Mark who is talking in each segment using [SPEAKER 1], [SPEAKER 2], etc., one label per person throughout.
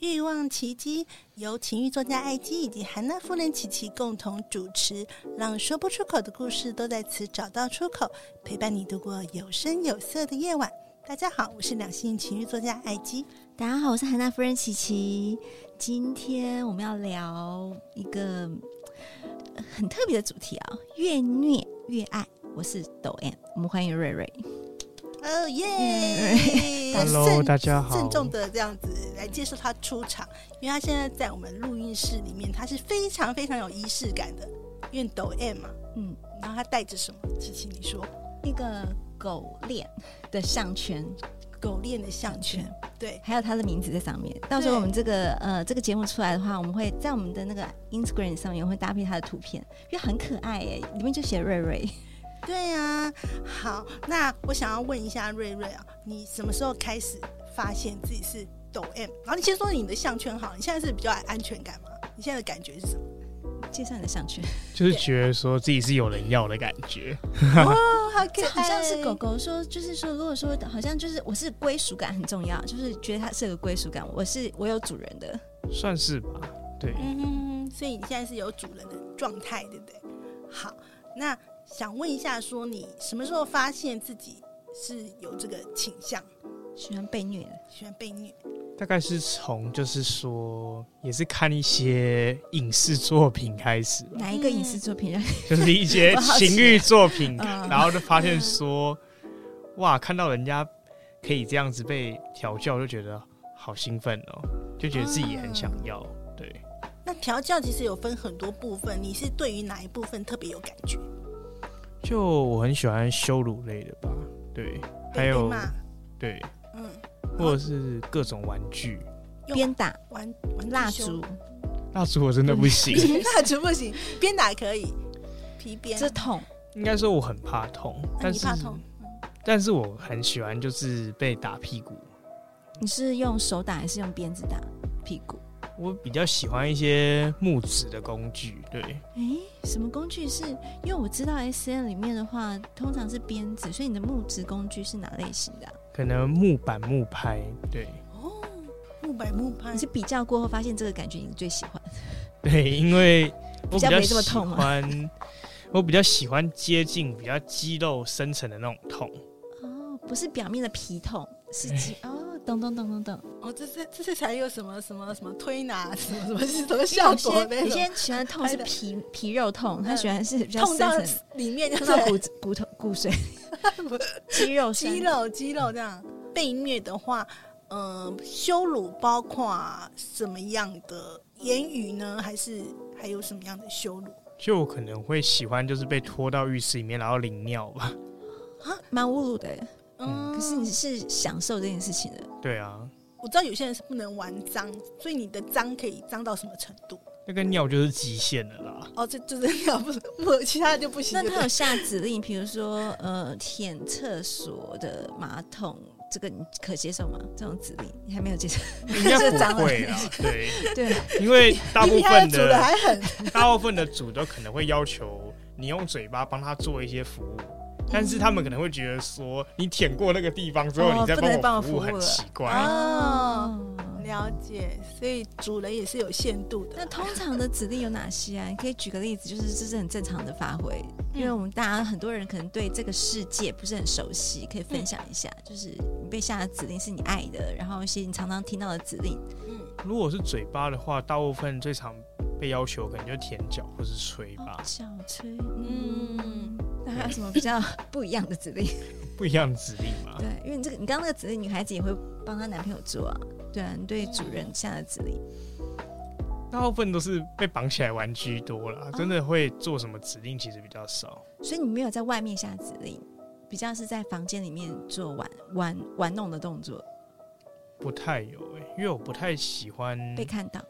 [SPEAKER 1] 欲望奇迹由情欲作家艾姬以及韩娜夫人琪琪共同主持，让说不出口的故事都在此找到出口，陪伴你度过有声有色的夜晚。大家好，我是两性情欲作家艾姬。”。
[SPEAKER 2] 大家好，我是韩娜夫人琪琪。今天我们要聊一个呃很特别的主题啊，越虐越爱。我是抖 M，我们欢迎瑞瑞。
[SPEAKER 1] 哦耶
[SPEAKER 2] 嗯
[SPEAKER 3] 哎 Hello，大家好
[SPEAKER 1] 郑重的这样子来介绍他出场，因为他现在在我们录音室里面，他是非常非常有仪式感的，因为抖 M 嘛，
[SPEAKER 2] 嗯，
[SPEAKER 1] 然后他带着什么？琪琪，你说
[SPEAKER 2] 那个狗链的项圈，
[SPEAKER 1] 狗链的项圈，对，
[SPEAKER 2] 还有他的名字在上面。到时候我们这个呃这个节目出来的话，我们会在我们的那个 Instagram 上面会搭配他的图片，因为很可爱耶，里面就写瑞瑞。
[SPEAKER 1] 对啊。好，那我想要问一下瑞瑞啊，你什么时候开始发现自己是抖 M？然后你先说你的项圈好了，你现在是比较安全感吗？你现在的感觉是什么？
[SPEAKER 2] 介绍你的项圈，
[SPEAKER 3] 就是觉得说自己是有人要的感觉，
[SPEAKER 1] 哦，好可
[SPEAKER 2] 这
[SPEAKER 1] 爱，
[SPEAKER 2] 好像是狗狗说，就是说，如果说好像就是我是归属感很重要，就是觉得它是有个归属感，我是我有主人的，
[SPEAKER 3] 算是吧。对，
[SPEAKER 1] 嗯，所以你现在是有主人的状态，对不对？好，那想问一下，说你什么时候发现自己是有这个倾向，
[SPEAKER 2] 喜欢被虐的。
[SPEAKER 1] 喜欢被虐？
[SPEAKER 3] 大概是从就是说也是看一些影视作品开始 吧，
[SPEAKER 2] 哪一个影视作品让你
[SPEAKER 3] 就是一些
[SPEAKER 2] 我好奇
[SPEAKER 3] 情欲作品，
[SPEAKER 2] 嗯
[SPEAKER 3] 然后就发现说，哇，看到人家可以这样子被调教，就觉得好兴奋哦，就觉得自己也很想要。对，
[SPEAKER 1] 那调教其实有分很多部分，你是对于哪一部分特别有感觉？
[SPEAKER 3] 就我很喜欢羞辱类的吧，对，还
[SPEAKER 1] 被
[SPEAKER 3] 有
[SPEAKER 1] 被骂，
[SPEAKER 3] 对，
[SPEAKER 1] 嗯，
[SPEAKER 3] 或者是各种玩具。
[SPEAKER 1] 用
[SPEAKER 2] 鞭打、
[SPEAKER 1] 玩玩
[SPEAKER 2] 蜡
[SPEAKER 1] 具
[SPEAKER 2] 烛
[SPEAKER 1] 修、
[SPEAKER 3] 蜡烛我真的不行，
[SPEAKER 1] 蜡烛不行，鞭打可以，皮鞭。
[SPEAKER 2] 这桶，
[SPEAKER 3] 应该说我很怕痛，
[SPEAKER 1] 那
[SPEAKER 2] 啊
[SPEAKER 3] 但
[SPEAKER 1] 你
[SPEAKER 3] 是
[SPEAKER 1] 怕痛？
[SPEAKER 3] 但是我很喜欢就是被打屁股，
[SPEAKER 2] 你是用手打还是用鞭子打屁股？
[SPEAKER 3] 我比较喜欢一些木质的工具，对，
[SPEAKER 2] 诶，什么工具是？因为我知道 S N 里面的话，通常是鞭子，所以你的木质工具是哪类型的啊、
[SPEAKER 3] 可能木板木拍，对
[SPEAKER 1] 哦，木板木拍
[SPEAKER 2] 你是比较过后发现这个感觉你最喜欢？
[SPEAKER 3] 对，因为我
[SPEAKER 2] 比
[SPEAKER 3] 比
[SPEAKER 2] 较
[SPEAKER 3] 较
[SPEAKER 2] 没这
[SPEAKER 3] 喜
[SPEAKER 2] 么痛吗
[SPEAKER 3] 欢，我比较喜欢接近比较肌肉深层的那种痛，
[SPEAKER 2] 哦，不是表面的皮痛，是肌哦，懂懂懂懂懂。
[SPEAKER 1] 哦，这是这是才有什么什么什么推拿什么什么什么
[SPEAKER 2] 因为
[SPEAKER 1] 效
[SPEAKER 2] 有些
[SPEAKER 1] 果那
[SPEAKER 2] 有些
[SPEAKER 1] 种，
[SPEAKER 2] 人喜欢痛是
[SPEAKER 1] 拍的
[SPEAKER 2] 皮皮肉痛，他喜欢是比较
[SPEAKER 1] 痛到
[SPEAKER 2] 深层
[SPEAKER 1] 里面就
[SPEAKER 2] 痛
[SPEAKER 1] 是
[SPEAKER 2] 到骨骨头 骨髓肌肉酸
[SPEAKER 1] 肌肉肌肉这样被虐的话，呃，羞辱包括什么样的言语呢？还是还有什么样的羞辱？
[SPEAKER 3] 就我可能会喜欢就是被拖到浴室里面然后淋尿吧，
[SPEAKER 2] 蛮侮辱的耶。
[SPEAKER 1] 嗯，
[SPEAKER 2] 可是你是享受这件事情的，
[SPEAKER 3] 对啊，
[SPEAKER 1] 我知道有些人是不能玩脏，所以你的脏可以脏到什么程度？
[SPEAKER 3] 那个尿就是极限了啦，
[SPEAKER 1] 哦，这这真的不是不，其他的就不行。
[SPEAKER 2] 那
[SPEAKER 1] 对不
[SPEAKER 2] 他
[SPEAKER 1] 对
[SPEAKER 2] 有下指令，比如说呃舔厕所的马桶，这个你可接受吗？这种指令你还没有接受？
[SPEAKER 3] 应该
[SPEAKER 2] 这脏
[SPEAKER 3] 不
[SPEAKER 2] 了
[SPEAKER 3] 会啦，对，
[SPEAKER 2] 对，
[SPEAKER 3] 因为大
[SPEAKER 1] 比
[SPEAKER 3] 部
[SPEAKER 1] 比他
[SPEAKER 3] 分
[SPEAKER 1] 的主人
[SPEAKER 3] 的
[SPEAKER 1] 还狠，
[SPEAKER 3] 大部分的主都可能会要求你用嘴巴帮他做一些服务，但是他们可能会觉得说，你舔过那个地方之后，
[SPEAKER 2] 哦
[SPEAKER 3] 你再
[SPEAKER 2] 不能帮
[SPEAKER 3] 帮
[SPEAKER 2] 我
[SPEAKER 3] 我
[SPEAKER 2] 服
[SPEAKER 3] 服
[SPEAKER 2] 务
[SPEAKER 3] 务很
[SPEAKER 2] 了啊
[SPEAKER 3] 奇怪。
[SPEAKER 1] 哦了解，所以主人也是有限度的。
[SPEAKER 2] 那通常的指令有哪些啊？你可以举个例子，就是这是很正常的发挥，因为我们大家很多人可能对这个世界不是很熟悉，可以分享一下，就是你被下的指令是你爱的，然后一些你常常听到的指令，
[SPEAKER 1] 嗯，
[SPEAKER 3] 如果是嘴巴的话，大部分最常被要求可能就舔脚或是吹吧，
[SPEAKER 4] 小吹，
[SPEAKER 2] 哦嗯，那还有什么比较不一样的 指令？
[SPEAKER 3] 不一样的指令嘛。
[SPEAKER 2] 对，因为你这个，你刚刚那个指令，女孩子也会帮她男朋友做啊。对啊，你对主人下的指令，
[SPEAKER 3] 大部分都是被绑起来玩居多啦，真
[SPEAKER 2] 啊
[SPEAKER 3] 的会做什么指令其实比较少。
[SPEAKER 2] 所以你没有在外面下指令，比较是在房间里面做玩玩玩弄的动作，
[SPEAKER 3] 不太有诶、因为我不太喜欢。
[SPEAKER 2] 被看到。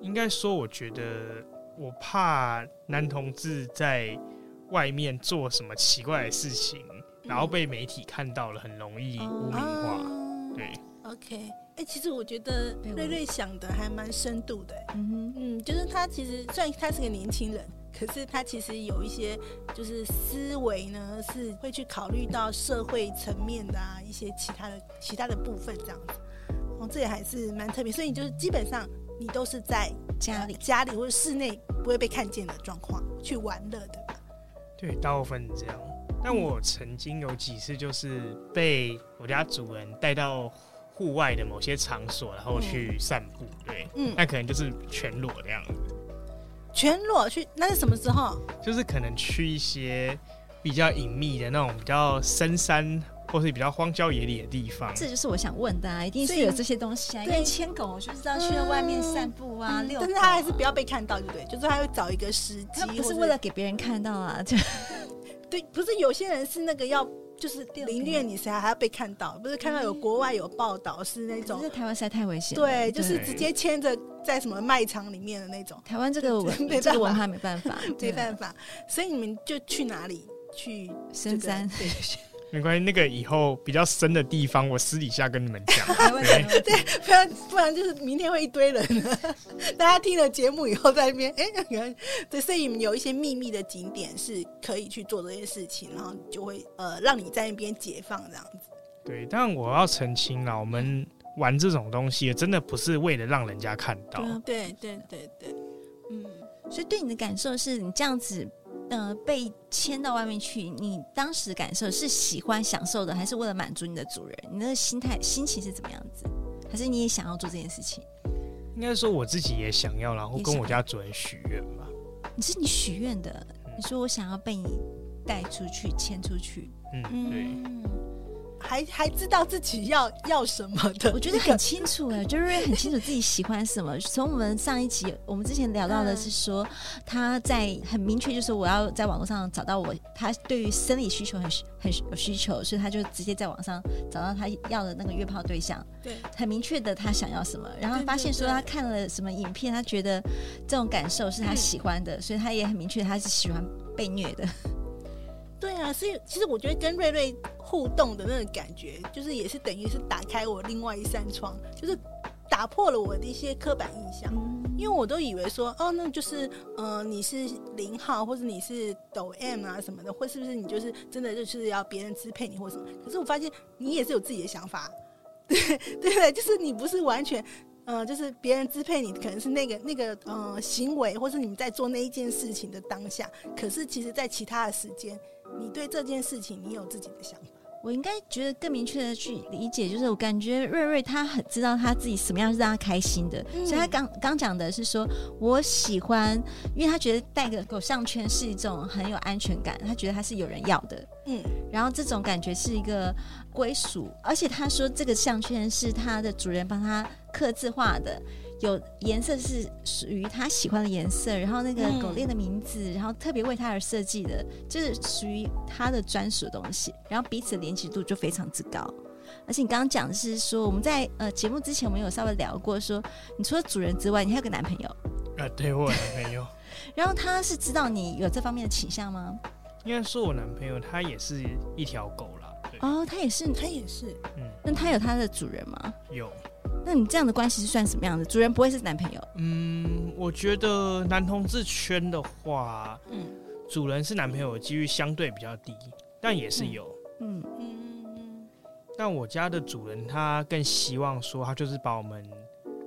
[SPEAKER 3] 应该说，我觉得我怕男同志在外面做什么奇怪的事情，然后被媒体看到了，很容易污名化。
[SPEAKER 1] 哦
[SPEAKER 3] 对，
[SPEAKER 1] OK，哎、其实我觉得
[SPEAKER 2] 被我
[SPEAKER 1] 瑞瑞想的还蛮深度的、
[SPEAKER 2] 嗯
[SPEAKER 1] 嗯，就是他其实虽然他是个年轻人，可是他其实有一些就是思维呢是会去考虑到社会层面的啊一些其他的其他的部分这样子。哦，这也还是蛮特别，所以你就是基本上你都是在
[SPEAKER 2] 哼，家里
[SPEAKER 1] 家里或者室内不会被看见的状况去玩乐的。
[SPEAKER 3] 对，大部分是这样。但我曾经有几次就是被我家主人带到户外的某些场所，然后去散步。对，
[SPEAKER 1] 嗯
[SPEAKER 3] 那可能就是全裸的样子，
[SPEAKER 1] 全裸去，那是什么时候？
[SPEAKER 3] 就是可能去一些比较隐秘的那种比较深山或是比较荒郊野岭的地方。
[SPEAKER 2] 这就是我想问的啊，一定
[SPEAKER 1] 所
[SPEAKER 2] 是
[SPEAKER 1] 以
[SPEAKER 2] 有这些东西啊。因
[SPEAKER 1] 对嗯
[SPEAKER 2] 为牵狗，我就知道去到外面散步啊，遛狗啊。
[SPEAKER 1] 但是他还是不要被看到，对不对？就是他会找一个时机，
[SPEAKER 2] 他
[SPEAKER 1] 或
[SPEAKER 2] 不是
[SPEAKER 1] 者
[SPEAKER 2] 为了给别人看到啊，就
[SPEAKER 1] 对，不是有些人是那个要就是凌虐你，谁还还要被看到？不是看到有国外有报道是那
[SPEAKER 2] 可是在
[SPEAKER 1] 种，
[SPEAKER 2] 台湾实在太危险了。
[SPEAKER 1] 对，就是直接牵着在什么卖场里面的那种，
[SPEAKER 2] 台湾这个文
[SPEAKER 1] 没办法
[SPEAKER 2] 这个文化没办法，
[SPEAKER 1] 没
[SPEAKER 2] 对
[SPEAKER 1] 办法。所以你们就去哪里去这
[SPEAKER 2] 深
[SPEAKER 1] 个？
[SPEAKER 2] 山。
[SPEAKER 1] 对，
[SPEAKER 3] 没关系，那个以后比较深的地方，我私底下跟你们讲。
[SPEAKER 2] 没问题没问题
[SPEAKER 1] 不然不然就是明天会一堆人， 大家听了节目以后在那边，哎、原来对，所以你们有一些秘密的景点是可以去做这些事情，然后你就会呃让你在那边解放这样子。
[SPEAKER 3] 对，但我要澄清啦，我们玩这种东西真的不是为了让人家看到，
[SPEAKER 1] 对对对对，嗯，
[SPEAKER 2] 所以对你的感受是你这样子，呃，被牵到外面去，你当时的感受是喜欢享受的，还是为了满足你的主人？你的心态心情是怎么样子？还是你也想要做这件事情？
[SPEAKER 3] 应该说我自己也想要，然后跟
[SPEAKER 2] 也
[SPEAKER 3] 我
[SPEAKER 2] 想
[SPEAKER 3] 家主人许愿吧。
[SPEAKER 2] 你是你许愿的，
[SPEAKER 3] 嗯
[SPEAKER 2] 你说我想要被你带出去，牵出去，
[SPEAKER 3] 嗯，对，
[SPEAKER 1] 还还知道自己要要什么的，
[SPEAKER 2] 我觉得很清楚哎、我觉得瑞瑞很清楚自己喜欢什么。从我们上一集，我们之前聊到的是说，他在很明确，就是我要在网络上找到我，他对于生理需求很很有需求，所以他就直接在网上找到他要的那个约炮对象，
[SPEAKER 1] 对，
[SPEAKER 2] 很明确的他想要什么。然后发现说
[SPEAKER 1] 对对对
[SPEAKER 2] 他看了什么影片，他觉得这种感受是他喜欢的，所以他也很明确他是喜欢被虐的。
[SPEAKER 1] 对啊，所以其实我觉得跟瑞瑞互动的那种感觉，就是也是等于是打开我另外一扇窗，就是打破了我的一些刻板印象。因为我都以为说，哦，那就是，呃，你是零号，或者你是抖 M 啊什么的，或是不是你就是真的就是要别人支配你或什么？可是我发现你也是有自己的想法， 对对不对？就是你不是完全，呃，就是别人支配你，可能是那个那个呃行为，或是你们在做那一件事情的当下，可是其实在其他的时间，你对这件事情你有自己的想法。
[SPEAKER 2] 我应该觉得更明确的去理解，就是我感觉瑞瑞他很知道他自己什么样是让他开心的，
[SPEAKER 1] 嗯
[SPEAKER 2] 所以他刚刚讲的是说，我喜欢，因为他觉得戴个狗项圈是一种很有安全感，他觉得他是有人要的，
[SPEAKER 1] 嗯，
[SPEAKER 2] 然后这种感觉是一个归属，而且他说这个项圈是他的主人帮他刻字画的，有颜色是属于他喜欢的颜色，然后那个
[SPEAKER 1] 嗯
[SPEAKER 2] 狗链的名字，然后特别为他而设计的，就是属于他的专属的东西，然后彼此的连接度就非常之高。而且你刚刚讲的是说，我们在呃节目之前，我们有稍微聊过说你除了主人之外，你还有个男朋友，
[SPEAKER 3] 啊，对我有男朋友，
[SPEAKER 2] 然后他是知道你有这方面的倾向吗？
[SPEAKER 3] 应该说我男朋友他也是一条狗啦。对，
[SPEAKER 2] 哦，他也是，
[SPEAKER 1] 他也是，
[SPEAKER 3] 嗯，
[SPEAKER 2] 那他有他的主人吗？
[SPEAKER 3] 有，
[SPEAKER 2] 那你这样的关系是算什么样的？主人不会是男朋友，
[SPEAKER 3] 嗯，我觉得男同志圈的话，
[SPEAKER 1] 嗯
[SPEAKER 3] 主人是男朋友的几率相对比较低，但也是有。
[SPEAKER 2] 嗯，
[SPEAKER 1] 嗯，
[SPEAKER 3] 但我家的主人他更希望说，他就是把我们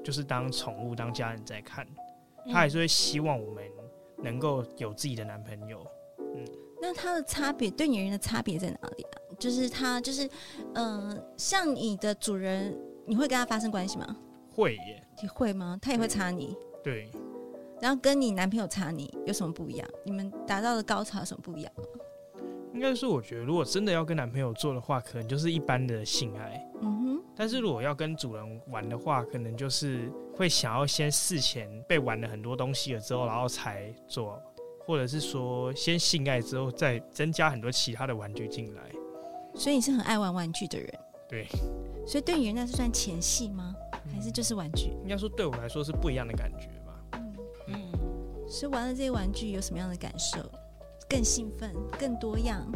[SPEAKER 3] 就是当宠物、当家人在看，
[SPEAKER 1] 嗯
[SPEAKER 3] 他还是会希望我们能够有自己的男朋友。
[SPEAKER 2] 那他的差别对女人的差别在哪里啊？呃就是他就是，嗯、像你的主人，你会跟他发生关系吗？
[SPEAKER 3] 会耶，
[SPEAKER 2] 你会吗？他也会插你，
[SPEAKER 3] 对，
[SPEAKER 2] 然后跟你男朋友插你有什么不一样？你们达到的高潮有什么不一样？
[SPEAKER 3] 应该是我觉得如果真的要跟男朋友做的话，可能就是一般的性爱。
[SPEAKER 2] 嗯
[SPEAKER 3] 但是如果要跟主人玩的话，可能就是会想要先事前被玩了很多东西了之后，然后才做，或者是说先性爱之后再增加很多其他的玩具进来。
[SPEAKER 2] 哼，所以你是很爱玩玩具的人。
[SPEAKER 3] 对，
[SPEAKER 2] 所以对你那是算前戏吗？还是就是玩具？
[SPEAKER 3] 应该说对我来说是不一样的感觉吧。
[SPEAKER 1] 嗯，
[SPEAKER 2] 所以玩了这些玩具有什么样的感受？更兴奋，更多样。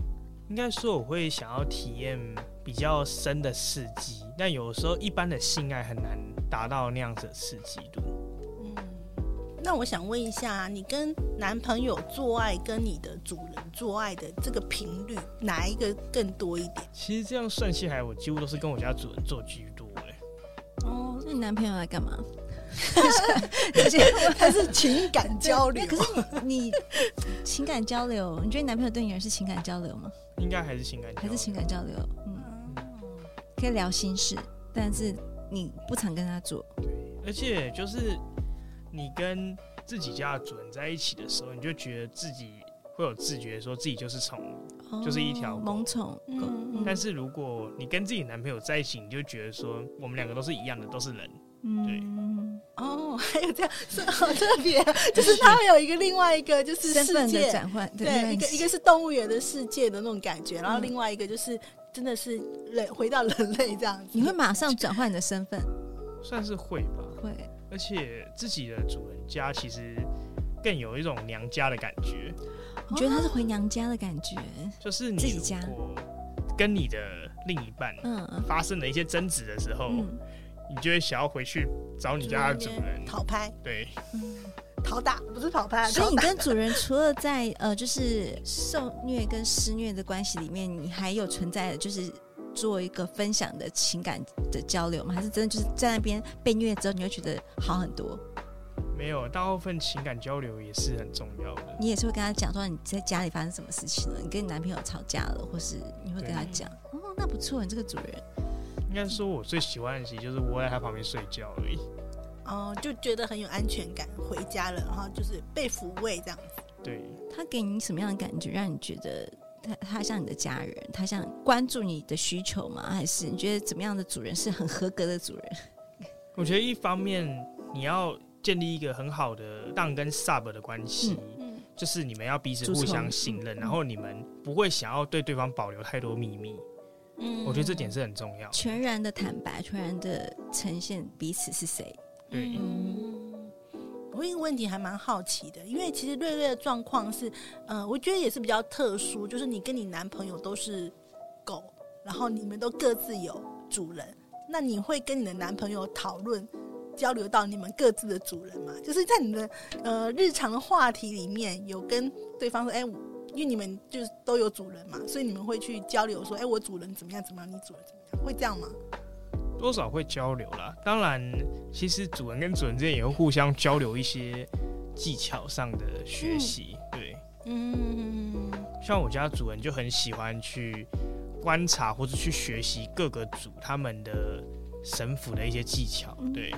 [SPEAKER 3] 应该说我会想要体验比较深的刺激，但有时候一般的性爱很难达到那样子的刺激度。
[SPEAKER 1] 嗯，那我想问一下，啊你跟男朋友做爱跟你的主人做爱的这个频率，哪一个更多一点？
[SPEAKER 3] 其实这样算起来，我几乎都是跟我家主人做居多哎、
[SPEAKER 1] 哦，
[SPEAKER 2] 那你男朋友来干嘛？
[SPEAKER 1] 他是情感交流，
[SPEAKER 2] 可是你情感交流，你觉得你男朋友对你而言是情感交流吗？
[SPEAKER 3] 应该还是性感交
[SPEAKER 2] 还
[SPEAKER 3] 流，
[SPEAKER 2] 是情感交流？嗯，可以聊心事，但是你不常跟他做。
[SPEAKER 3] 而且就是你跟自己家的主人在一起的时候，你就觉得自己会有自觉，说自己就是宠物。就是一条
[SPEAKER 2] 哦
[SPEAKER 3] 狗
[SPEAKER 2] 萌宠狗，
[SPEAKER 1] 嗯
[SPEAKER 3] 但是如果你跟自己男朋友在一起，你就觉得说我们两个都是一样的，都是人。
[SPEAKER 2] 嗯，
[SPEAKER 1] 哦， 还有这样，是好特别 啊，就是它会有一个另外一个就是
[SPEAKER 2] 身
[SPEAKER 1] 世
[SPEAKER 2] 份的
[SPEAKER 1] 界，
[SPEAKER 2] 转换，
[SPEAKER 1] 对，一个一个是动物园的世界的那种感觉，然后
[SPEAKER 2] 嗯
[SPEAKER 1] 另外一个就是真的是人回到人类这样子。
[SPEAKER 2] 你会马上转换你的身份，
[SPEAKER 3] 算是会吧，
[SPEAKER 2] 会
[SPEAKER 3] 而且自己的主人家其实更有一种娘家的感觉，
[SPEAKER 1] 哦
[SPEAKER 2] 你觉得他是回娘家的感觉，
[SPEAKER 3] 就是
[SPEAKER 2] 自
[SPEAKER 3] 你
[SPEAKER 2] 己家
[SPEAKER 3] 如果跟你的另一半
[SPEAKER 2] 嗯
[SPEAKER 3] 发生了一些争执的时候，
[SPEAKER 2] 嗯，
[SPEAKER 3] 你就会想要回去找你家的
[SPEAKER 1] 就
[SPEAKER 3] 主
[SPEAKER 1] 在那
[SPEAKER 3] 人
[SPEAKER 1] 边。讨拍、
[SPEAKER 3] 对，
[SPEAKER 1] 讨打，不是讨拍，
[SPEAKER 2] 啊所以你
[SPEAKER 1] 讨打
[SPEAKER 2] 跟主人除了在呃就是受虐跟施虐的关系里面，你还有存在的就是做一个分享的情感的交流吗？还是真的就是在那边被虐之后，你会觉得好很多？
[SPEAKER 3] 没有，大部分情感交流也是很重要的。
[SPEAKER 2] 你也是会跟他讲说你在家里发生什么事情了，你跟你男朋友吵架了，或是你会跟他讲哦，那不错，你这个主人
[SPEAKER 3] 应该说，我最喜欢的其实就是窝在他旁边睡觉而已。
[SPEAKER 1] 哦，就觉得很有安全感，回家了，然后就是被抚慰这样子。
[SPEAKER 3] 对，
[SPEAKER 2] 他给你什么样的感觉，让你觉得他他像你的家人，他像关注你的需求吗？还是你觉得怎么样的主人是很合格的主人？
[SPEAKER 3] 我觉得一方面你要建立一个很好的当跟 sub 的关系，
[SPEAKER 1] 嗯
[SPEAKER 3] 就是你们要彼此
[SPEAKER 2] 主
[SPEAKER 3] 互
[SPEAKER 2] 从
[SPEAKER 3] 相信任，然后你们不会想要对对方保留太多秘密。
[SPEAKER 1] 嗯
[SPEAKER 3] 我觉得这点是很重要的。
[SPEAKER 2] 全然的坦白，全然的呈现彼此是谁。
[SPEAKER 3] 对
[SPEAKER 1] 嗯，我有一个问题还蛮好奇的，因为其实瑞瑞的状况是，呃，我觉得也是比较特殊，就是你跟你男朋友都是狗，然后你们都各自有主人，那你会跟你的男朋友讨论？交流到你们各自的主人嘛，就是在你的呃日常的话题里面有跟对方说，哎、我因为你们就是都有主人嘛，所以你们会去交流说，哎、我主人怎么样怎么样，你主人怎么样，会这样吗？
[SPEAKER 3] 多少会交流啦。当然，其实主人跟主人之间也会互相交流一些技巧上的学习。对，
[SPEAKER 1] 嗯，
[SPEAKER 3] 像我家主人就很喜欢去观察或者去学习各个组他们的神符的一些技巧。对，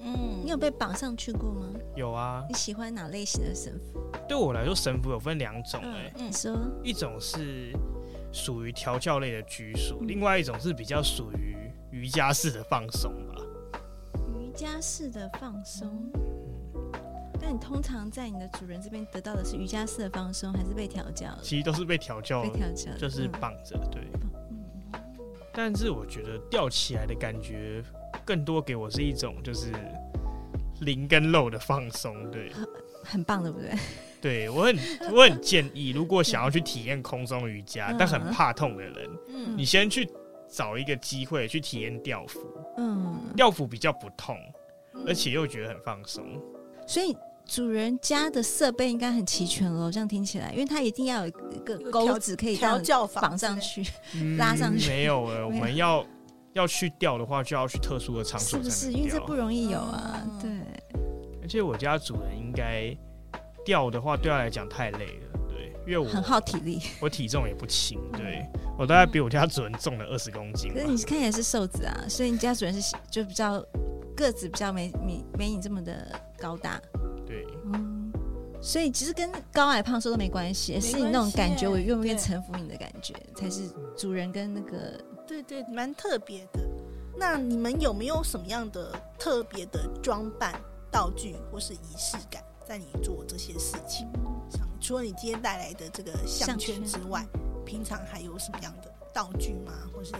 [SPEAKER 1] 嗯
[SPEAKER 2] 你有被绑上去过吗？
[SPEAKER 3] 有啊。
[SPEAKER 2] 你喜欢哪类型的神父？
[SPEAKER 3] 对我来说，神符有分两种、
[SPEAKER 1] 嗯
[SPEAKER 3] 欸，
[SPEAKER 2] 你说
[SPEAKER 3] 一种是属于调教类的拘束，
[SPEAKER 2] 嗯
[SPEAKER 3] 另外一种是比较属于瑜伽式的放松吧。
[SPEAKER 2] 瑜伽式的放松，嗯但你通常在你的主人这边得到的是瑜伽式的放松，还是被调教了？
[SPEAKER 3] 其实都是被调教
[SPEAKER 2] 被调教了
[SPEAKER 3] 哦就是
[SPEAKER 2] 嗯
[SPEAKER 3] 绑着，对。但是我觉得吊起来的感觉，更多给我是一种就是零跟肉的放 松，对。
[SPEAKER 2] 很棒，对不对？
[SPEAKER 3] 对我很我很建议，如果想要去体验空中瑜伽，
[SPEAKER 2] 嗯
[SPEAKER 3] 但很怕痛的人，
[SPEAKER 1] 嗯
[SPEAKER 3] 你先去找一个机会去体验吊服，
[SPEAKER 2] 嗯，
[SPEAKER 3] 吊服比较不痛，而且又觉得很放松。
[SPEAKER 2] 所以主人家的设备应该很齐全喽，这样听起来，因为他一定要有一个
[SPEAKER 1] 有
[SPEAKER 2] 钩
[SPEAKER 1] 调
[SPEAKER 2] 子可以
[SPEAKER 1] 调
[SPEAKER 2] 让你
[SPEAKER 1] 教法
[SPEAKER 2] 绑上
[SPEAKER 1] 之类
[SPEAKER 2] 去，
[SPEAKER 3] 嗯
[SPEAKER 2] 拉上去
[SPEAKER 3] 没有呃，我
[SPEAKER 2] 没有
[SPEAKER 3] 们要要去钓的话，就要去特殊的场
[SPEAKER 2] 是
[SPEAKER 3] 所才能
[SPEAKER 2] 不
[SPEAKER 3] 钓。
[SPEAKER 2] 是？因为这不容易有啊，
[SPEAKER 1] 嗯
[SPEAKER 2] 对。
[SPEAKER 3] 而且我家主人应该钓的话，对他来讲太累了，对，因 为
[SPEAKER 2] 很
[SPEAKER 3] 我
[SPEAKER 2] 耗体力，
[SPEAKER 3] 我体重也不 轻，对我大概比我家主人重了二十公斤
[SPEAKER 2] 嗯可
[SPEAKER 3] 吧
[SPEAKER 2] 是。你看起来是瘦子啊，所以你家主人是喜就比较个子比较没你没你这么的高大，
[SPEAKER 3] 对，
[SPEAKER 2] 嗯，所以其实跟高矮胖瘦都没关系，是你那种感觉，我愿不愿意臣服你的感觉，才是主人跟那个
[SPEAKER 1] 对对，蛮特别的。那你们有没有什么样的特别的装扮、道具或是仪式感，在你做这些事情上？除了你今天带来的这个项
[SPEAKER 2] 项
[SPEAKER 1] 圈
[SPEAKER 2] 圈
[SPEAKER 1] 之外，平常还有什么样的道具吗？或是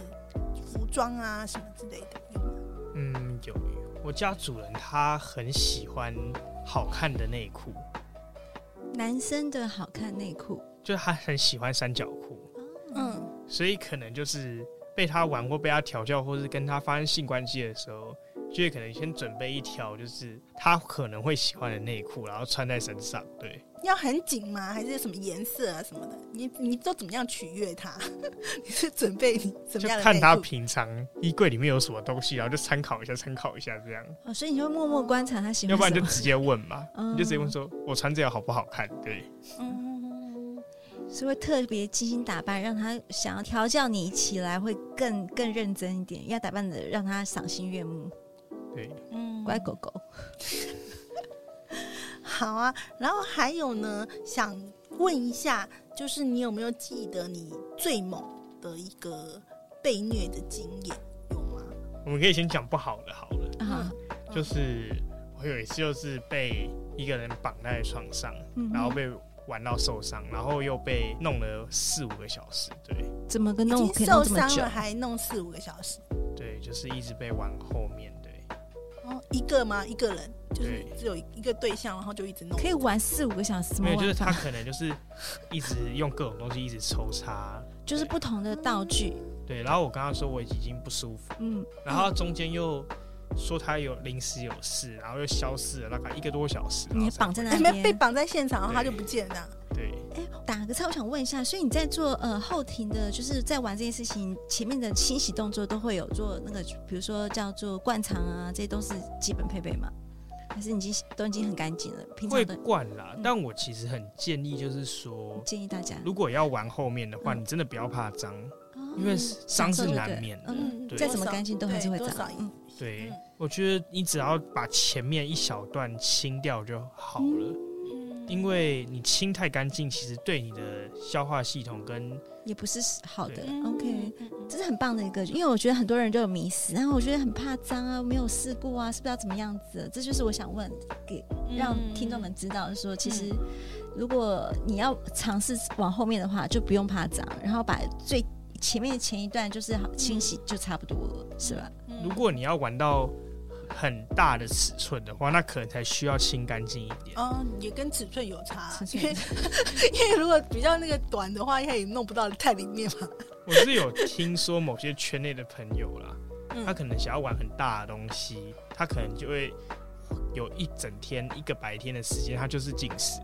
[SPEAKER 1] 服装啊什么之类的有吗？
[SPEAKER 3] 嗯，有我家主人他很喜欢好看的内裤，
[SPEAKER 2] 男生的好看内裤。
[SPEAKER 3] 就是他很喜欢三角裤，
[SPEAKER 1] 嗯，
[SPEAKER 3] 所以可能就是被他玩或被他调教，或是跟他发生性关系的时候，就会可能先准备一条就是他可能会喜欢的内裤，然后穿在身上。对，
[SPEAKER 1] 要很紧吗？还是什么颜色啊什么的？你你都怎么样取悦他？ 你是准备你怎么
[SPEAKER 3] 就
[SPEAKER 1] 样的
[SPEAKER 3] 看
[SPEAKER 1] 内
[SPEAKER 3] 他
[SPEAKER 1] 裤
[SPEAKER 3] 平常衣柜里面有什么东西，然后就参考一下，参考一下这样，
[SPEAKER 2] 哦，所以你会默默观察他喜欢什么，
[SPEAKER 3] 要不然就直接问嘛，
[SPEAKER 2] 嗯
[SPEAKER 3] 你就直接问说我穿这个好不好看？对，
[SPEAKER 1] 嗯，
[SPEAKER 2] 是会特别精心打扮，让他想要调教你起来会更更认真一点，要打扮的让他赏心悦目，
[SPEAKER 3] 对，
[SPEAKER 1] 嗯
[SPEAKER 2] 乖狗狗。
[SPEAKER 1] 好啊，然后还有呢，想问一下，就是你有没有记得你最猛的一个被虐的经验有吗？
[SPEAKER 3] 我们可以先讲不好的好了，
[SPEAKER 2] 啊，
[SPEAKER 1] 嗯
[SPEAKER 3] 就是我有一次就是被一个人绑在床上，
[SPEAKER 2] 嗯
[SPEAKER 3] 然后被玩到受伤，然后又被弄了四五个小时，对。
[SPEAKER 2] 怎么个
[SPEAKER 1] 已
[SPEAKER 2] 弄
[SPEAKER 1] 经
[SPEAKER 2] 可以
[SPEAKER 1] 受
[SPEAKER 2] 弄这么
[SPEAKER 1] 伤
[SPEAKER 2] 久
[SPEAKER 1] 了？还弄四五个小时，
[SPEAKER 3] 对，就是一直被往后面对，
[SPEAKER 1] 哦，一个吗？一个人就是
[SPEAKER 3] 对
[SPEAKER 1] 只有一个对象，然后就一直弄，
[SPEAKER 2] 可以玩四五个小时，怎么
[SPEAKER 3] 没有，就
[SPEAKER 2] 玩
[SPEAKER 3] 是他
[SPEAKER 2] 法？
[SPEAKER 3] 可能就是一直用各种东西一直抽插，
[SPEAKER 2] 就是不同的道具，
[SPEAKER 3] 对。然后我跟他说我已经不舒服，
[SPEAKER 2] 嗯，
[SPEAKER 3] 然后他中间又说他有临时有事，然后又消失了大概一个多小时，然
[SPEAKER 2] 你
[SPEAKER 3] 后
[SPEAKER 2] 还
[SPEAKER 3] 才
[SPEAKER 2] 绑在
[SPEAKER 1] 哎
[SPEAKER 2] 那
[SPEAKER 1] 没被
[SPEAKER 2] 边。
[SPEAKER 1] 绑在现场，然后他就
[SPEAKER 3] 对
[SPEAKER 1] 不见了。
[SPEAKER 3] 对，
[SPEAKER 2] 哎，打个岔，我想问一下，所以你在做呃后庭的，就是在玩这件事情前面的清洗动作都会有做那个，比如说叫做灌肠啊，这些都是基本配备吗？还是你已经都已经很干净了？平
[SPEAKER 3] 会
[SPEAKER 2] 常的
[SPEAKER 3] 惯啦
[SPEAKER 2] 嗯。
[SPEAKER 3] 但我其实很建议，就是说，
[SPEAKER 2] 建议大家，
[SPEAKER 3] 如果要玩后面的话，
[SPEAKER 2] 嗯
[SPEAKER 3] 你真的不要怕脏，
[SPEAKER 2] 哦
[SPEAKER 3] 因为伤是难免
[SPEAKER 2] 嗯
[SPEAKER 3] 的。
[SPEAKER 1] 嗯，
[SPEAKER 3] 对
[SPEAKER 2] 再怎么干净都还是会
[SPEAKER 1] 对多
[SPEAKER 2] 脏
[SPEAKER 1] 少。
[SPEAKER 2] 嗯，
[SPEAKER 3] 对
[SPEAKER 1] 嗯，
[SPEAKER 3] 我觉得你只要把前面一小段清掉就好了。
[SPEAKER 2] 嗯
[SPEAKER 3] 因为你清太干净，其实对你的消化系统跟
[SPEAKER 2] 也不是好的
[SPEAKER 3] 对。
[SPEAKER 1] 嗯
[SPEAKER 2] OK，这是很棒的一个，因为我觉得很多人都有迷失，然后我觉得很怕脏啊，没有试过啊，是不是要怎么样子？这就是我想问，给
[SPEAKER 1] 嗯
[SPEAKER 2] 让听众们知道说，其实如果你要尝试往后面的话，就不用怕脏，然后把最前面的前一段就是好清洗就差不多了，是吧？
[SPEAKER 1] 嗯
[SPEAKER 3] 如果你要玩到很大的尺寸的话，那可能才需要清干净一点。
[SPEAKER 1] 哦，也跟尺寸有差啊
[SPEAKER 2] 尺，寸
[SPEAKER 1] 因为 因为如果比较那个短的话，应该也弄不到太里面嘛。哦
[SPEAKER 3] 我是有听说某些圈内的朋友啦，
[SPEAKER 1] 嗯
[SPEAKER 3] 他可能想要玩很大的东西，他可能就会有一整天一个白天的时间，他就是进食。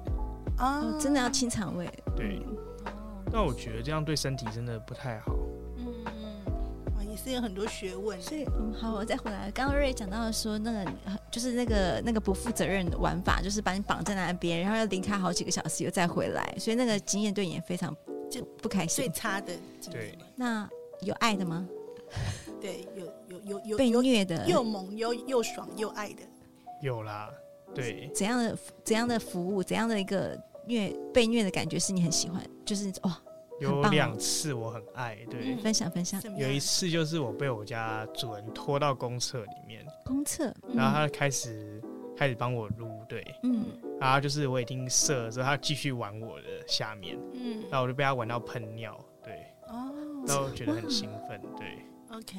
[SPEAKER 1] 啊
[SPEAKER 2] 哦，真的要清肠胃。
[SPEAKER 3] 对，那我觉得这样对身体真的不太好。
[SPEAKER 1] 嗯嗯，哇，也是有很多学问的。
[SPEAKER 2] 所以，嗯，好，我再回来。刚刚瑞讲到说，那个呃就是那个那个不负责任的玩法，就是把你绑在那边，然后要离开好几个小时，又再回来，所以那个经验对你也非常就不开
[SPEAKER 1] 最
[SPEAKER 2] 心。
[SPEAKER 1] 差的经验嘛
[SPEAKER 2] 那有爱的吗？
[SPEAKER 1] 对，有有有
[SPEAKER 2] 被
[SPEAKER 1] 有有
[SPEAKER 2] 虐的，
[SPEAKER 1] 又萌又又爽又爱的，
[SPEAKER 3] 有啦，对，
[SPEAKER 2] 怎样的怎样的服务，怎样的一个虐被虐的感觉是你很喜欢？就是哇、很
[SPEAKER 3] 有
[SPEAKER 2] 棒哦
[SPEAKER 3] 两次我很爱，对，
[SPEAKER 1] 嗯
[SPEAKER 2] 分享分享。
[SPEAKER 1] 怎么
[SPEAKER 3] 有
[SPEAKER 1] 样
[SPEAKER 3] 一次就是我被我家主人拖到公厕里面，
[SPEAKER 2] 公厕，
[SPEAKER 3] 然后他开始、开始帮我撸，对，
[SPEAKER 2] 嗯，
[SPEAKER 3] 然后就是我已经射了之后，他继续玩我的下面，
[SPEAKER 1] 嗯
[SPEAKER 3] 然后我就被他玩到喷尿，对，然
[SPEAKER 1] 哦
[SPEAKER 3] 后我觉得很兴奋，对，
[SPEAKER 1] ，OK，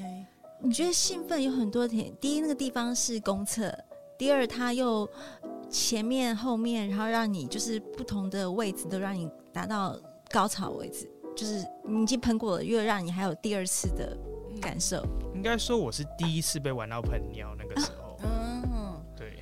[SPEAKER 2] 你觉得兴奋有很多点，第一那个地方是公厕，第二它又前面后面，然后让你就是不同的位置都让你达到高潮为止，就是你已经喷过了，又让你还有第二次的
[SPEAKER 1] 嗯
[SPEAKER 2] 感受。
[SPEAKER 3] 应该说我是第一次被玩到喷尿那个时 候，
[SPEAKER 1] 嗯
[SPEAKER 3] 对，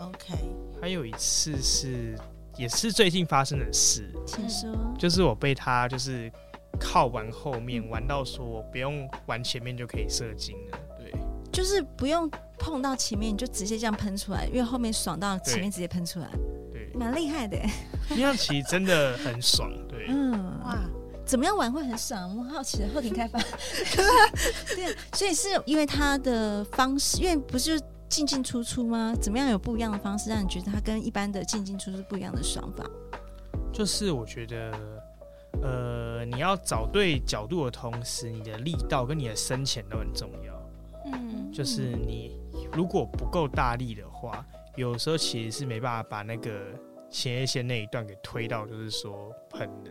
[SPEAKER 1] ，OK，
[SPEAKER 3] 还有一次是也是最近发生的事，
[SPEAKER 2] 请说，
[SPEAKER 3] 就是我被他就是靠玩后面玩到说我不用玩前面就可以射精了，对，
[SPEAKER 2] 就是不用碰到前面，你就直接这样喷出来，因为后面爽到前面直接喷出来，
[SPEAKER 3] 对，
[SPEAKER 2] 蛮厉害的。
[SPEAKER 3] 那样其实真的很爽，对，
[SPEAKER 2] 嗯，
[SPEAKER 1] 哇，
[SPEAKER 2] 怎么样玩会很爽？我好奇的后 庭开发，对啊，所以是因为他的方式，因为不是就进进出出吗？怎么样有不一样的方式，让你觉得它跟一般的进进出出不一样的爽法？
[SPEAKER 3] 就是我觉得，呃，你要找对角度的同时，你的力道跟你的深浅都很重要。
[SPEAKER 1] 嗯，
[SPEAKER 3] 就是你如果不够大力的话，有时候其实是没办法把那个前列腺那一段给推到，就是说喷的。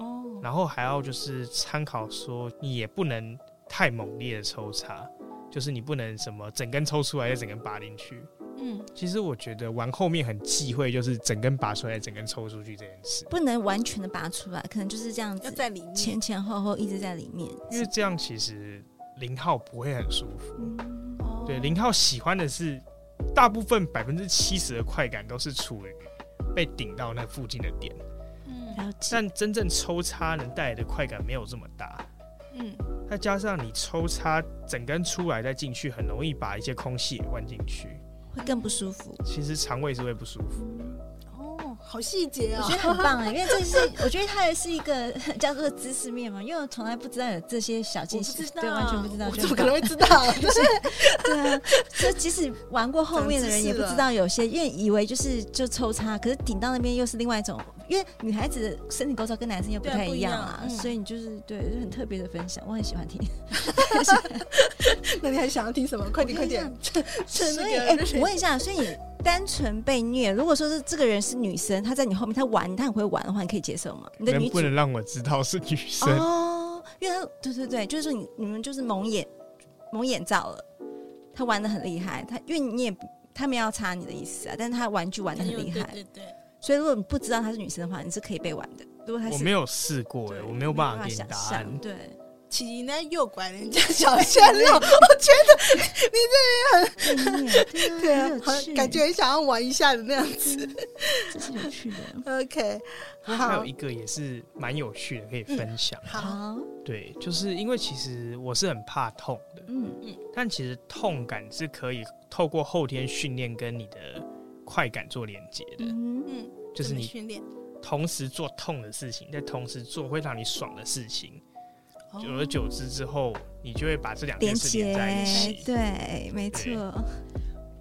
[SPEAKER 1] 哦，
[SPEAKER 3] 然后还要就是参考说，你也不能太猛烈的抽插，就是你不能什么整根抽出来，再整根拔进去。
[SPEAKER 1] 嗯，
[SPEAKER 3] 其实我觉得玩后面很忌讳，就是整根拔出来，整根抽出去这件事，
[SPEAKER 2] 不能完全的拔出来，可能就是这样
[SPEAKER 1] 要
[SPEAKER 2] 子，
[SPEAKER 1] 在里面。
[SPEAKER 2] 前前后后一直在里面。
[SPEAKER 3] 因为这样其实零号不会很舒服。
[SPEAKER 2] 嗯
[SPEAKER 1] 哦
[SPEAKER 3] 对，零号喜欢的是大部分百分之七十的快感都是处于被顶到那附近的点，
[SPEAKER 1] 嗯
[SPEAKER 2] 了解。
[SPEAKER 3] 但真正抽插能带来的快感没有这么大。
[SPEAKER 1] 嗯，
[SPEAKER 3] 再加上你抽插整根出来再进去，很容易把一些空气也灌进去，
[SPEAKER 2] 会更不 舒服。
[SPEAKER 3] 其实肠胃是会不舒服的。
[SPEAKER 1] 哦，好细节
[SPEAKER 2] 我
[SPEAKER 1] 哦
[SPEAKER 2] 觉。得很棒哎，因为这是我觉得它也是一个叫做知识面嘛，因为我从来不知道有这些小
[SPEAKER 1] 我
[SPEAKER 2] 惊
[SPEAKER 1] 不
[SPEAKER 2] 喜
[SPEAKER 1] 知，道，
[SPEAKER 2] 对，完全不知道，
[SPEAKER 1] 我
[SPEAKER 2] 就
[SPEAKER 1] 怎么
[SPEAKER 2] 很
[SPEAKER 1] 可
[SPEAKER 2] 棒
[SPEAKER 1] 能会知道？
[SPEAKER 2] 对啊， 就即使玩过后面的人也不知道有些，因为以为就是就抽插，可是顶到那边又是另外一种，因为女孩子的身体构造跟男生又不太一样
[SPEAKER 1] 对
[SPEAKER 2] 啊，
[SPEAKER 1] 啊不一样嗯
[SPEAKER 2] 所以你就是对就很特别的分享，我很喜欢听。
[SPEAKER 1] 那你还想要听什么？快点，快点！趁
[SPEAKER 2] 所以，
[SPEAKER 1] 那
[SPEAKER 2] 哎、
[SPEAKER 1] 个
[SPEAKER 2] 我问一下，所以你单纯被虐，如果说是这个人是女生，她在你后面，她玩，她很会玩的话，你可以接受吗？你的
[SPEAKER 3] 能
[SPEAKER 2] 女
[SPEAKER 3] 不
[SPEAKER 2] 主
[SPEAKER 3] 能让我知道是女生？
[SPEAKER 2] 哦，因为她对对对，就是说你你们就是蒙眼蒙眼罩了，她玩的很厉害，她因为你也他们要插你的意思啊，但是她玩具玩的很厉害，
[SPEAKER 1] 哎对对，
[SPEAKER 2] 所以如果你不知道她是女生的话，你是可以被玩的。如果她
[SPEAKER 3] 我
[SPEAKER 2] 是
[SPEAKER 3] 没有试过、哎，
[SPEAKER 2] 对
[SPEAKER 3] 我没有办法给你
[SPEAKER 2] 想
[SPEAKER 3] 答
[SPEAKER 2] 象，
[SPEAKER 3] 案。
[SPEAKER 2] 对，
[SPEAKER 1] 琪琪在诱拐人家小哦鲜肉，我觉
[SPEAKER 2] 被虐对 啊
[SPEAKER 1] 得对啊
[SPEAKER 2] 很有
[SPEAKER 1] 好
[SPEAKER 2] 趣
[SPEAKER 1] 像感觉很想要玩一下的那样子。
[SPEAKER 2] 这是有趣的。
[SPEAKER 1] OK，
[SPEAKER 3] 不过还有
[SPEAKER 1] 好
[SPEAKER 3] 一，个也是蛮有趣的，可以分
[SPEAKER 2] 嗯
[SPEAKER 3] 享。
[SPEAKER 1] 好，
[SPEAKER 2] 好，
[SPEAKER 3] 对，就是因为其实我是很怕痛的，
[SPEAKER 2] 嗯，
[SPEAKER 3] 但其实痛感是可以透过后天训练跟你的快感做连接的，
[SPEAKER 2] 嗯哼，
[SPEAKER 1] 嗯，
[SPEAKER 3] 就是
[SPEAKER 1] 怎么
[SPEAKER 3] 你
[SPEAKER 1] 训练，
[SPEAKER 3] 同时做痛的事情，再同时做会让你爽的事情。
[SPEAKER 1] 哦
[SPEAKER 3] 久而久之之后，你就会把这两
[SPEAKER 2] 连
[SPEAKER 3] 件事
[SPEAKER 2] 接
[SPEAKER 3] 连在一起。
[SPEAKER 2] 对，没
[SPEAKER 3] 对
[SPEAKER 2] 错。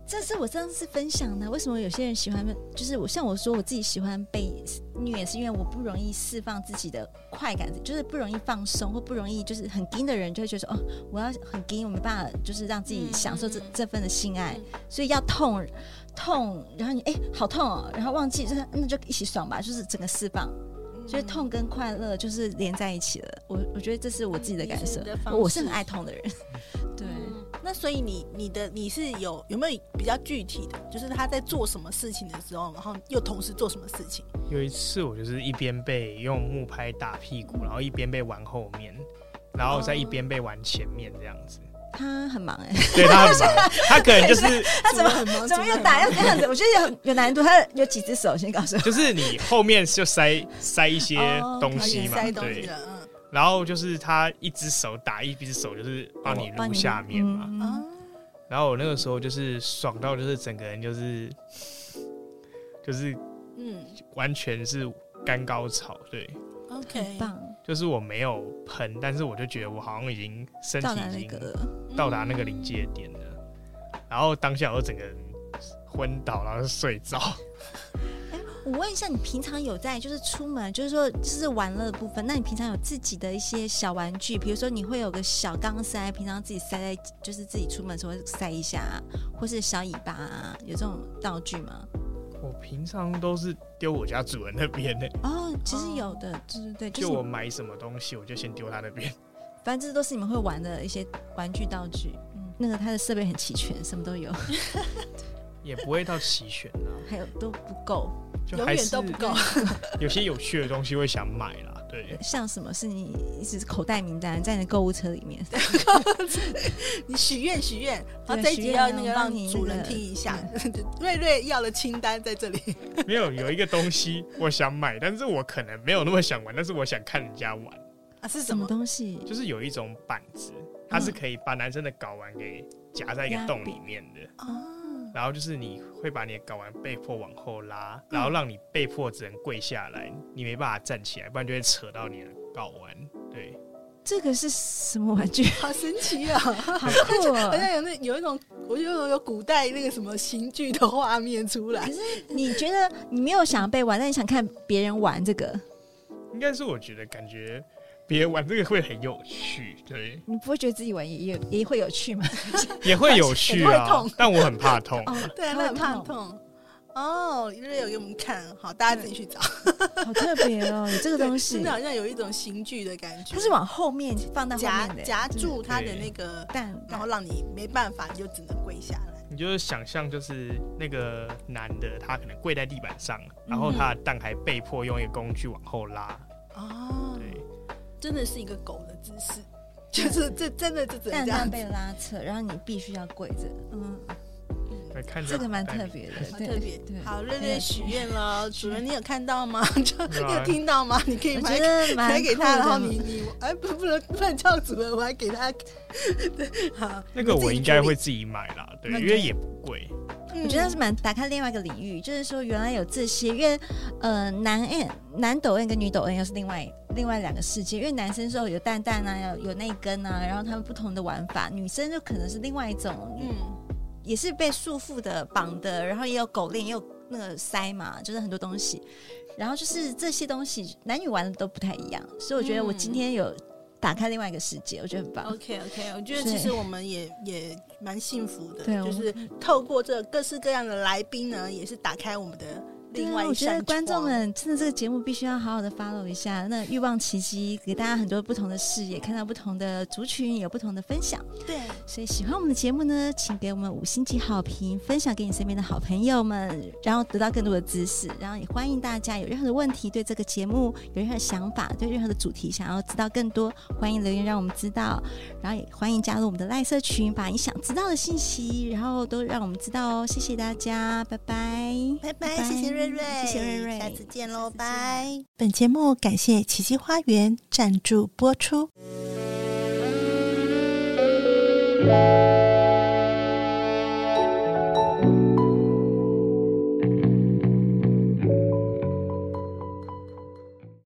[SPEAKER 2] 这是我上次分享的，为什么有些人喜欢，就是我像我说我自己喜欢被虐，是因为我不容易释放自己的快感，就是不容易放松，或不容易就是很硬的人就会觉得说，哦，我要很硬，我没办法，就是让自己
[SPEAKER 1] 嗯
[SPEAKER 2] 享受这、
[SPEAKER 1] 嗯嗯
[SPEAKER 2] 这份的性爱，
[SPEAKER 1] 嗯
[SPEAKER 2] 所以要痛痛，然后你哎、好痛哦，然后忘记，就是那就一起爽吧，就是整个释放，
[SPEAKER 1] 嗯
[SPEAKER 2] 所以痛跟快乐就是连在一起了。我我觉得这是我自己的感
[SPEAKER 1] 嗯
[SPEAKER 2] 受
[SPEAKER 1] 你是你的，方式
[SPEAKER 2] 我是很爱痛的人，对。
[SPEAKER 1] 嗯那所以你你的你是有有没有比较具体的，就是他在做什么事情的时候，然后又同时做什么事 情？
[SPEAKER 3] 有一次，我就是一边被用木拍打屁股，然后一边被玩后面，然后再一
[SPEAKER 2] 哦
[SPEAKER 3] 边被玩前面这样子。
[SPEAKER 2] 他很忙哎、
[SPEAKER 3] 对他很忙，他可能 就是
[SPEAKER 2] 他 怎么
[SPEAKER 1] 很 忙
[SPEAKER 2] 怎么
[SPEAKER 1] 真的
[SPEAKER 2] 又
[SPEAKER 1] 很
[SPEAKER 2] 打
[SPEAKER 1] 忙
[SPEAKER 2] 又这样子？我觉得有有难度，他有几只手？先告诉我。
[SPEAKER 3] 就是你后面就塞塞一些
[SPEAKER 2] 哦
[SPEAKER 3] 东
[SPEAKER 2] 可以
[SPEAKER 3] 西嘛，
[SPEAKER 1] 塞东西
[SPEAKER 3] 对。
[SPEAKER 1] 的，
[SPEAKER 3] 然后就是他一只手打，一只手就是帮你撸下面嘛。
[SPEAKER 1] 嗯
[SPEAKER 2] 嗯
[SPEAKER 1] 啊，
[SPEAKER 3] 然后我那个时候就是爽到，就是整个人就是就是
[SPEAKER 1] 嗯
[SPEAKER 3] 完全是干高潮，对。
[SPEAKER 1] ，OK，
[SPEAKER 2] 棒，
[SPEAKER 3] 就是我没有喷，但是我就觉得我好像已经身体
[SPEAKER 2] 到达
[SPEAKER 3] 已
[SPEAKER 2] 那
[SPEAKER 3] 经
[SPEAKER 2] 个
[SPEAKER 1] 嗯
[SPEAKER 3] 到达那个临界点了，然后当下我整个人昏倒，然后就睡着。
[SPEAKER 2] 我问一下，你平常有在就是出门，就是说就是玩乐的部分，那你平常有自己的一些小玩具，比如说你会有个小钢塞，平常自己塞在就是自己出门的时候会塞一下、啊，或是小尾巴啊，有这种道具吗？
[SPEAKER 3] 我平常都是丢我家主人那边的，
[SPEAKER 2] 哦，其实有的，对对对，就
[SPEAKER 3] 就是我
[SPEAKER 2] 你
[SPEAKER 3] 买什么东西我就先丢他那边。
[SPEAKER 2] 反正这都是你们会玩的一些玩具道具。嗯，那个它的设备很齐全，什么都有，
[SPEAKER 3] 也不会到齐全啦，
[SPEAKER 2] 还有都不够。
[SPEAKER 3] 就
[SPEAKER 1] 永
[SPEAKER 3] 还
[SPEAKER 1] 远
[SPEAKER 3] 是
[SPEAKER 1] 都不够。
[SPEAKER 3] 有些有趣的东西会想买啦。对，
[SPEAKER 2] 像什么是你一直口袋名单在你的购物车里 面，
[SPEAKER 1] 你许愿许愿，然后
[SPEAKER 2] 对
[SPEAKER 1] 这一
[SPEAKER 2] 许
[SPEAKER 1] 集
[SPEAKER 2] 愿
[SPEAKER 1] 要
[SPEAKER 2] 啊
[SPEAKER 1] 那
[SPEAKER 2] 我
[SPEAKER 1] 个
[SPEAKER 2] 帮
[SPEAKER 1] 让
[SPEAKER 2] 你
[SPEAKER 1] 主
[SPEAKER 2] 那
[SPEAKER 1] 人
[SPEAKER 2] 个
[SPEAKER 1] 听一下， 瑞瑞要的清单在这里。
[SPEAKER 3] 没有有一个东西我想买，但是我可能没有那么想玩，但是我想看人家玩。
[SPEAKER 1] 啊，是
[SPEAKER 2] 什
[SPEAKER 1] 什
[SPEAKER 2] 么
[SPEAKER 1] 么？
[SPEAKER 2] 东西？
[SPEAKER 3] 就是有一种板子，它
[SPEAKER 1] 嗯
[SPEAKER 3] 是可以把男生的睾丸给夹在一个洞里面的，
[SPEAKER 1] 哦，
[SPEAKER 3] 然后就是你会把你的睾丸被迫往后拉，然
[SPEAKER 1] 嗯
[SPEAKER 3] 后让你被迫只能跪下来，你没办法站起来，不然就会扯到你的睾丸。对，
[SPEAKER 4] 这个是什么 玩具？
[SPEAKER 1] 好神奇啊！
[SPEAKER 4] 好酷
[SPEAKER 1] 好
[SPEAKER 4] 哦！
[SPEAKER 1] 像有那有一种，我觉得有古代那个什么刑具的画面出来
[SPEAKER 2] 可。是你觉得你没有想被玩，但你想看别人玩这个，
[SPEAKER 3] 应该是我觉得感觉别人玩这个会很有趣，对，
[SPEAKER 2] 你不会觉得自己玩也也也会有趣吗？
[SPEAKER 3] 也会有趣
[SPEAKER 1] 也会
[SPEAKER 3] 啊
[SPEAKER 1] 痛，
[SPEAKER 3] 但我很怕痛。
[SPEAKER 2] 哦，
[SPEAKER 1] 对，
[SPEAKER 2] 他
[SPEAKER 1] 他
[SPEAKER 2] 会
[SPEAKER 1] 很怕
[SPEAKER 2] 痛
[SPEAKER 1] 痛。哦，瑞瑞有给我们看，好，大家自己去找。
[SPEAKER 4] 好特别哦，有 这个东
[SPEAKER 1] 真
[SPEAKER 4] 西
[SPEAKER 1] 的。好像有一种刑具的感觉，
[SPEAKER 2] 它是往后面放到后
[SPEAKER 1] 夹
[SPEAKER 2] 面的
[SPEAKER 1] 夹
[SPEAKER 2] 对
[SPEAKER 1] 住他的
[SPEAKER 3] 对
[SPEAKER 1] 那个，
[SPEAKER 2] 蛋，
[SPEAKER 1] 然后让你没办法，你就只能跪下来。
[SPEAKER 3] 你就是想象，就是那个男的，他可能跪在地板上，然后他的蛋还被迫用一个工具往后拉，
[SPEAKER 1] 哦，
[SPEAKER 3] 对，
[SPEAKER 1] 真的是一个狗的姿 势，就是这真的就只能
[SPEAKER 2] 蛋
[SPEAKER 1] 这
[SPEAKER 2] 蛋
[SPEAKER 1] 样
[SPEAKER 2] 被
[SPEAKER 1] 子，
[SPEAKER 2] 拉扯，然后你必须要跪着，嗯，
[SPEAKER 3] 对看起来
[SPEAKER 2] 这个蛮
[SPEAKER 3] 很带
[SPEAKER 2] 特
[SPEAKER 3] 劲。
[SPEAKER 2] 别的，
[SPEAKER 1] 好
[SPEAKER 2] 对
[SPEAKER 1] 特别
[SPEAKER 2] 对。。
[SPEAKER 1] 好，瑞
[SPEAKER 2] 很有
[SPEAKER 1] 瑞
[SPEAKER 2] 趣
[SPEAKER 1] 许愿了，主人你有看到吗？ 就
[SPEAKER 3] 对
[SPEAKER 1] 你
[SPEAKER 3] 啊
[SPEAKER 1] 有听到吗？你可以
[SPEAKER 2] 我
[SPEAKER 1] 买
[SPEAKER 2] 觉得
[SPEAKER 1] 买
[SPEAKER 2] 蛮
[SPEAKER 1] 给
[SPEAKER 2] 酷
[SPEAKER 1] 他，
[SPEAKER 2] 的
[SPEAKER 1] 然后
[SPEAKER 2] 嘛
[SPEAKER 1] 你你哎不不能不能叫主人，我还给 他。对，好，
[SPEAKER 3] 那个
[SPEAKER 1] 你自己
[SPEAKER 3] 我应该
[SPEAKER 1] 决定
[SPEAKER 3] 会自己买啦，对，
[SPEAKER 2] 那
[SPEAKER 3] 因
[SPEAKER 2] 你
[SPEAKER 3] 为也不贵。
[SPEAKER 1] 我
[SPEAKER 2] 我觉
[SPEAKER 1] 嗯
[SPEAKER 2] 得是蛮打开另外一个领域，就是说原来有这些，因为呃男 N 男抖 N 跟女抖 N 又是另外另外两个世界，因为男生时候有蛋蛋啊，有有那一根啊，然后他们不同的玩法，女生就可能是另外一种，
[SPEAKER 1] 嗯，
[SPEAKER 2] 也是被束缚的绑的，然后也有狗链，也有那个塞嘛，就是很多东西，然后就是这些东西男女玩的都不太一样，所以我觉得我
[SPEAKER 1] 嗯
[SPEAKER 2] 今天有打开另外一个世界，我觉得很棒。
[SPEAKER 1] OK OK，我觉得
[SPEAKER 2] 对
[SPEAKER 1] 其实我们也也蛮幸福的，
[SPEAKER 2] 对我
[SPEAKER 1] 就是透过这各式各样的来宾呢，也是打开我们的
[SPEAKER 2] 对
[SPEAKER 1] 另
[SPEAKER 2] 啊
[SPEAKER 1] 外一
[SPEAKER 2] 我觉
[SPEAKER 1] 扇
[SPEAKER 2] 得观众
[SPEAKER 1] 窗嗯
[SPEAKER 2] 们真的这个节目必须要好好的 follow 一下。那欲望奇迹给大家很多不同的视野，看到不同的族群，有不同的分享。
[SPEAKER 1] 对，
[SPEAKER 2] 所以喜欢我们的节目呢，请给我们五星级好评，分享给你身边的好朋友们，然后得到更多的知识。然后也欢迎大家有任何的问题，对这个节目有任何想法，对任何的主题想要知道更多，欢迎留言让我们知道。然后也欢迎加入我们的赖社群，把你想知道的信息，然后都让我们知道哦。谢谢大家，拜拜。
[SPEAKER 1] 拜
[SPEAKER 2] 拜
[SPEAKER 1] 拜，
[SPEAKER 2] 拜
[SPEAKER 1] 谢谢瑞瑞，
[SPEAKER 2] 谢谢瑞瑞
[SPEAKER 1] 下次见
[SPEAKER 2] 下
[SPEAKER 1] 喽，
[SPEAKER 2] 次见
[SPEAKER 1] 拜。
[SPEAKER 5] 本节目感谢奇迹花园赞助播出。